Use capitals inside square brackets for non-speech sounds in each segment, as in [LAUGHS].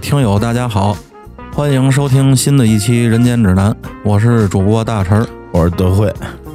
听友大家好，欢迎收听新的一期《人间指南》，我是主播大陈儿。我是德惠，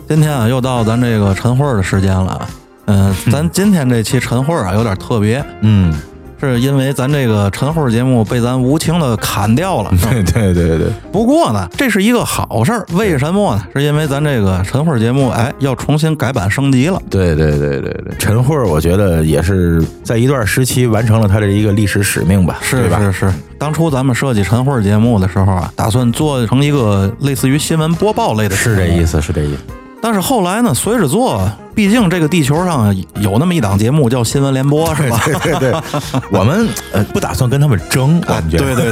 今天啊，又到咱这个晨会儿的时间了啊。 [LAUGHS] 嗯、咱今天这期晨会儿啊有点特别，嗯，是因为咱这个晨会儿节目被咱无情的砍掉 [LAUGHS] 了。 [LAUGHS] 对对对对，不过呢，这是一个好事儿，为什么呢？是因为咱这个晨会儿节目哎要重新改版升级了。对对对对对，陈慧儿我觉得也是在一段时期完成了他的一个历史使命吧，是对吧？是是，当初咱们设计晨会儿节目的时候啊，打算做成一个类似于新闻播报类的，是这意思。思，是这意思。但是后来呢，随着做，毕竟这个地球上有那么一档节目叫新闻联播，是吧？ [LAUGHS] 对对对，我们呃不打算跟他们争，我们觉得，对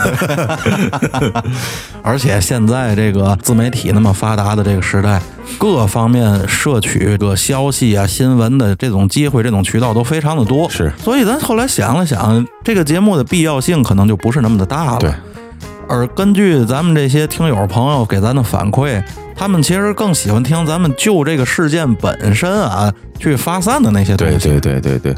对。 [LAUGHS] 而且现在这个自媒体那么发达的这个时代，各方面摄取这个消息啊、新闻的这种机会、这种渠道都非常的多。是，所以咱后来想了想，这个节目的必要性可能就不是那么的大了。对，而根据咱们这些听友朋友给咱的反馈，他们其实更喜欢听咱们就这个事件本身啊去发散的那些东 [LAUGHS] 对西。对对对对，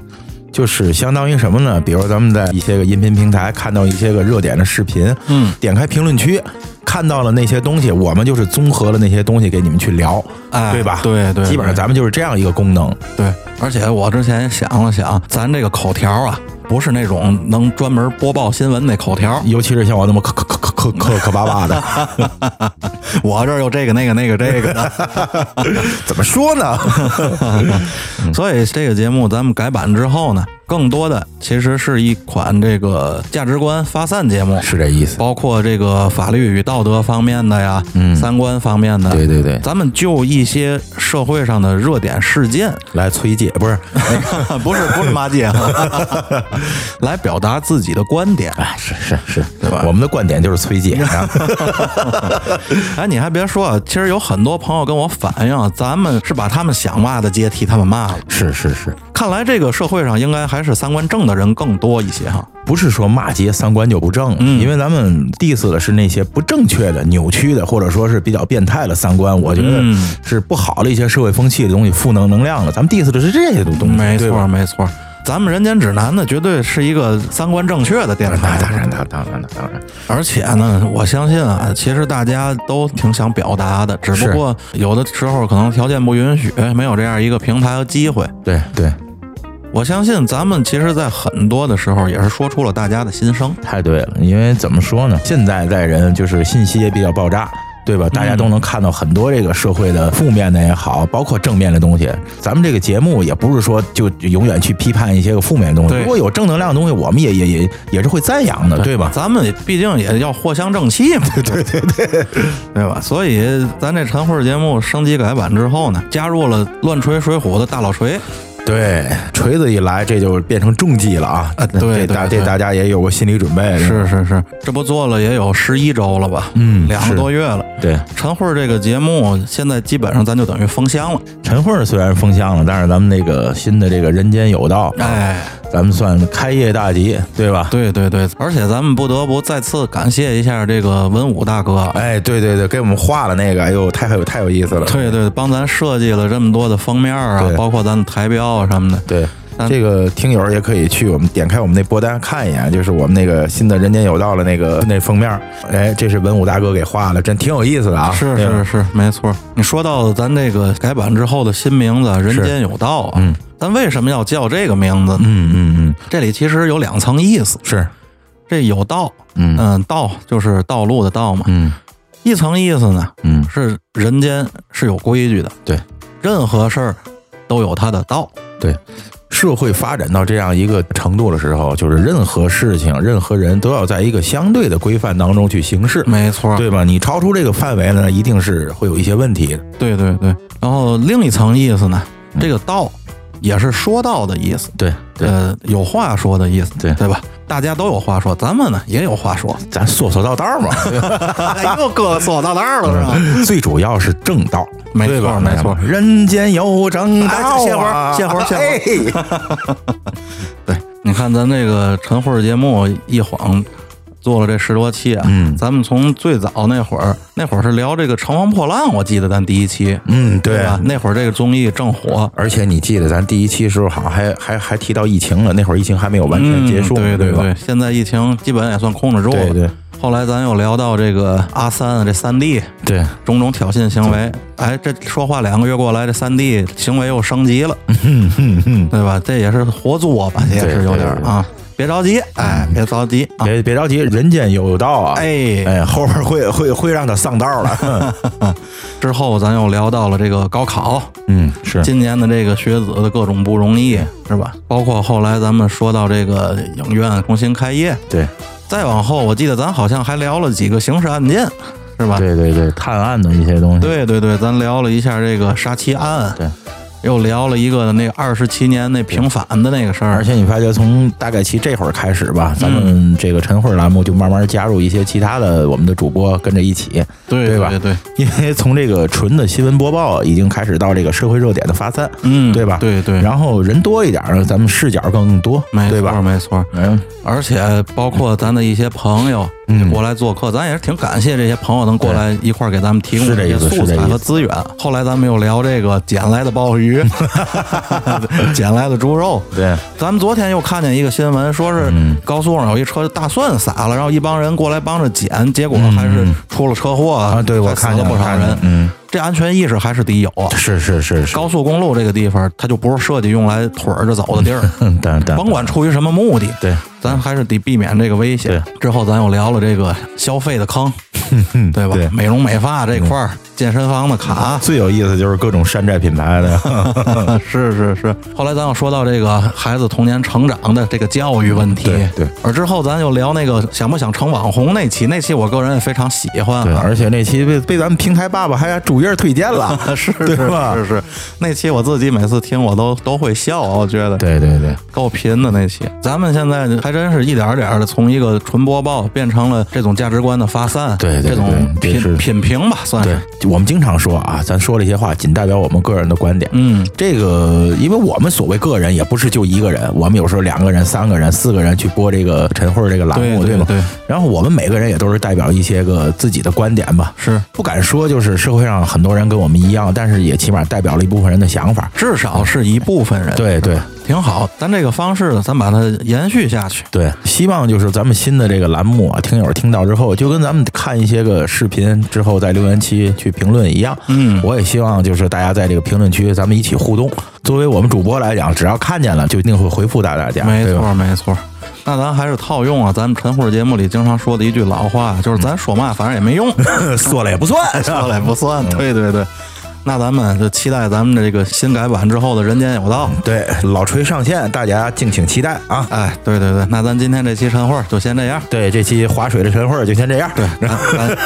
就是相当于什么呢？比如咱们在一些个音频平台看到一些个热点的视频，嗯，点开评论区看到了那些东西，我们就是综合了那些东西给你们去聊，哎，对吧？对对，基本上对咱们就是这样一个功能。对。而且我之前也想了想，咱这个口条啊，不是那种能专门播报新闻那口条，尤其是像我那么磕磕磕磕磕磕巴巴 [LAUGHS] 的，我这儿有这个那个那个这个 [LAUGHS] 的。怎么说呢？嗯所以这个节目咱们改版之后呢，更多的其实是一款这个价值观发散节目。是这意思。包括这个法律与道德方面的呀，嗯三观方面的，对对对，咱们就一些社会上的热点事 [LAUGHS] 件，来崔姐不是？不是不是骂街啊， [LAUGHS] 来表达自己的观点。哎，是是 [LAUGHS] 是，对吧我们的观点就是崔姐啊，哎，你还别说啊，其实有很多朋友跟我反映啊，咱们是把他们想骂的街替他们骂了。是是是，看来这个社会上应该还是三观正的人更多一些哈。不是说骂街三观就不正，因为咱们 diss 的是那些不正确的、扭曲的，或者说是比较变态的三观，我觉得是不好的一些社会风气的东西、负能能量的。咱们 diss 的是这些东西，没对吧错，没错，咱们《人间指南》呢，绝对是一个三观正确的电那台。哎当然，当然，当然，当然，而且呢，我相信啊，其实大家都挺想表达的，只不是过有的时候可能条件不允许，没有这样一个平台和机会。对对，我相信咱们其实，在很多的时候也是说出了大家的心声。太对了，因为怎么说呢，现在在人就是信息也比较爆炸。对吧？大家都能看到很多这个社会的负面的也好，包括正面的东西。咱们这个节目也不是说就永远去批判一些个负面的东西。对如果有正能量的东西，我们也也也也是会赞扬的，对吧？咱们毕竟也要藿香正气嘛， [LAUGHS] 对对对 [LAUGHS] 对，吧？所以咱这晨会儿节目升级改版之后呢，加入了乱锤水浒的大老锤，对，锤子一来，这就变成重击了啊！啊对对这大对这大家也有个心理准备。，是是是，这不做了也有十一周了吧？嗯两个是多月了。对。晨会儿这个节目现在基本上咱就等于封箱了，陈慧儿虽然封箱了，但是咱们那个新的这个人间有道，哎，咱们算开业大吉，对吧？对对对，而且咱们不得不再次感谢一下这个文武大哥，哎，对对对，给我们画了那个，哎呦，太有太有意思了。对对，帮咱设计了这么多的封面啊，对包括咱的台标啊什么的。对嗯这个听友也可以去我们点开我们那播单看一眼，就是我们那个新的《人间有道》的那个那封面儿，哎，这是文武大哥给画的，真挺有意思的啊。是对吧是是，没错。你说到咱这个改版之后的新名字“人间有道”啊，嗯，咱为什么要叫这个名字呢？嗯嗯嗯，这里其实有两层意思。是，这有道，嗯嗯，道就是道路的道嘛。嗯一层意思呢嗯，是人间是有规矩的，对，任何事儿都有它的道。对。社会发展到这样一个程度的时候，就是任何事情、任何人都要在一个相对的规范当中去行事，没错，对吧？你超出这个范围呢，一定是会有一些问题的。对对对，然后另一层意思呢，这个道也是说道的意思，嗯对对，呃，有话说的意思，对对吧？大家都有话说，咱们呢也有话说，咱说说道道嘛， [LAUGHS] 又各说到道了 [LAUGHS] 是吧？嗯最主要是正道，没错对吧没错人间有正道啊、哎哎歇会儿歇会儿歇会儿会儿。对，你看咱这个晨会儿节目一晃。做了这十多期啊，嗯咱们从最早那会儿，那会儿是聊这个《乘风破浪》，我记得咱第一期，嗯，对对吧？那会儿这个综艺正火，而且你记得咱第一期时候好像还还还提到疫情了，那会儿疫情还没有完全结束，嗯对对吧？对，现在疫情基本也算控制住了。对对后来咱又聊到这个阿三啊这三弟对种种挑衅行为，哎，这说话两个月过来，这三弟行为又升级了，对吧？这也是活作吧，这也是有点儿啊。别着急，哎，别着急啊，别别着急，人间有道啊！哎哎，后边会会会让他上道了。之后咱又聊到了这个高考， [LAUGHS] 嗯，是今年的这个学子的各种不容易，是吧？包括后来咱们说到这个影院重新开业，对再往后，我记得咱好像还聊了几个刑事案件，是吧？对对对，探案的一些东西。对对对，咱聊了一下这个杀妻案，对，又聊了一个那个二十七年那平反的那个事而儿，且你发觉从大概其这会儿开始吧，咱们这个晨会栏目就慢慢加入一些其他的我们的主播跟着一起，对对吧对对，因为从这个纯的新闻播报已经开始到这个社会热点的发散，嗯，对吧对对，然后人多一点儿，咱们视角更多，没对错吧？没错。嗯，而且包括咱的一些朋友嗯过来做客，咱也是挺感谢这些朋友能过来一块儿给咱们提供是这些意思素是这材意思和资源。后来咱们又聊这个捡来的鲍鱼， [LAUGHS] 捡来的猪肉。对，咱们昨天又看见一个新闻，说是嗯高速上有一车大蒜撒了，然后一帮人过来帮着捡，结果还是出了车祸嗯啊对我还死看了见不了少看见人了。嗯，这安全意识还是得有啊。是是是是，高速公路这个地方，它就不是设计用来腿儿着走的地儿， [LAUGHS] 嗯，等等，甭管出于什么目的，对，咱还是得避免这个危险。之后咱又聊了这个消费的坑，嗯，对吧？ [LAUGHS] 对美容美发这块儿，健身房的卡，最有意思就是各种山寨品牌的， [LAUGHS] 是是是。嗯后来咱又说到这个孩子童年成长的这个教育问题，对对而之后咱又聊那个想不想成网红那期，那期我个人也非常喜欢 [LAUGHS] 对，啊。而且那期被被咱们平台爸爸还主页推荐了， [LAUGHS] 是是对吧是是，那期我自己每次听我都都会笑，我觉得对对对，够贫的那期。咱们现在还真是一点儿点的从一个纯播报变成了这种价值观的发散，对对这种对这是品品评吧，算对是。，我们经常说啊，咱说这些话仅代表我们个人的观点。嗯，这个，因为我们所谓个人也不是就一个人，我们有时候两个人、三个人、四个人去播这个晨会这个栏对目，对吗？对，然后我们每个人也都是代表一些个自己的观点吧，是。不敢说就是社会上很多人跟我们一样，但是也起码代表了一部分人的想法。至少是一部分人，对对挺好。咱这个方式呢，咱把它延续下去。对，希望就是咱们新的这个栏目啊，听友听到之后，就跟咱们看一些个视频之后在留言区去评论一样，嗯，我也希望就是大家在这个评论区，咱们一起互动。作为我们主播来讲，只要看见了，就一定会回复大家，没对吧？错没错。那咱还是套用啊，咱们晨会节目里经常说的一句老话，就是咱说嘛，反正也没用，说了也不 [LAUGHS] 算， [LAUGHS] 说了也不算。对对对，那咱们就期待咱们的这个新改版之后的《人间有道》。对，老锤上线，大家敬请期待啊！哎，对对对，那咱今天这期晨会就先这样。对，这期划水的晨会就先这样。对 [LAUGHS] 咱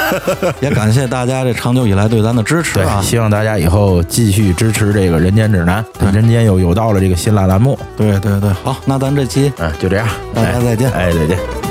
也感谢大家这长久以来对咱的支持对，啊！希望大家以后继续支持这个《人间指南》，嗯人间有有道了这个新栏栏目。对对对，好，那咱这期嗯，就这样，大家哎再见哎，再见。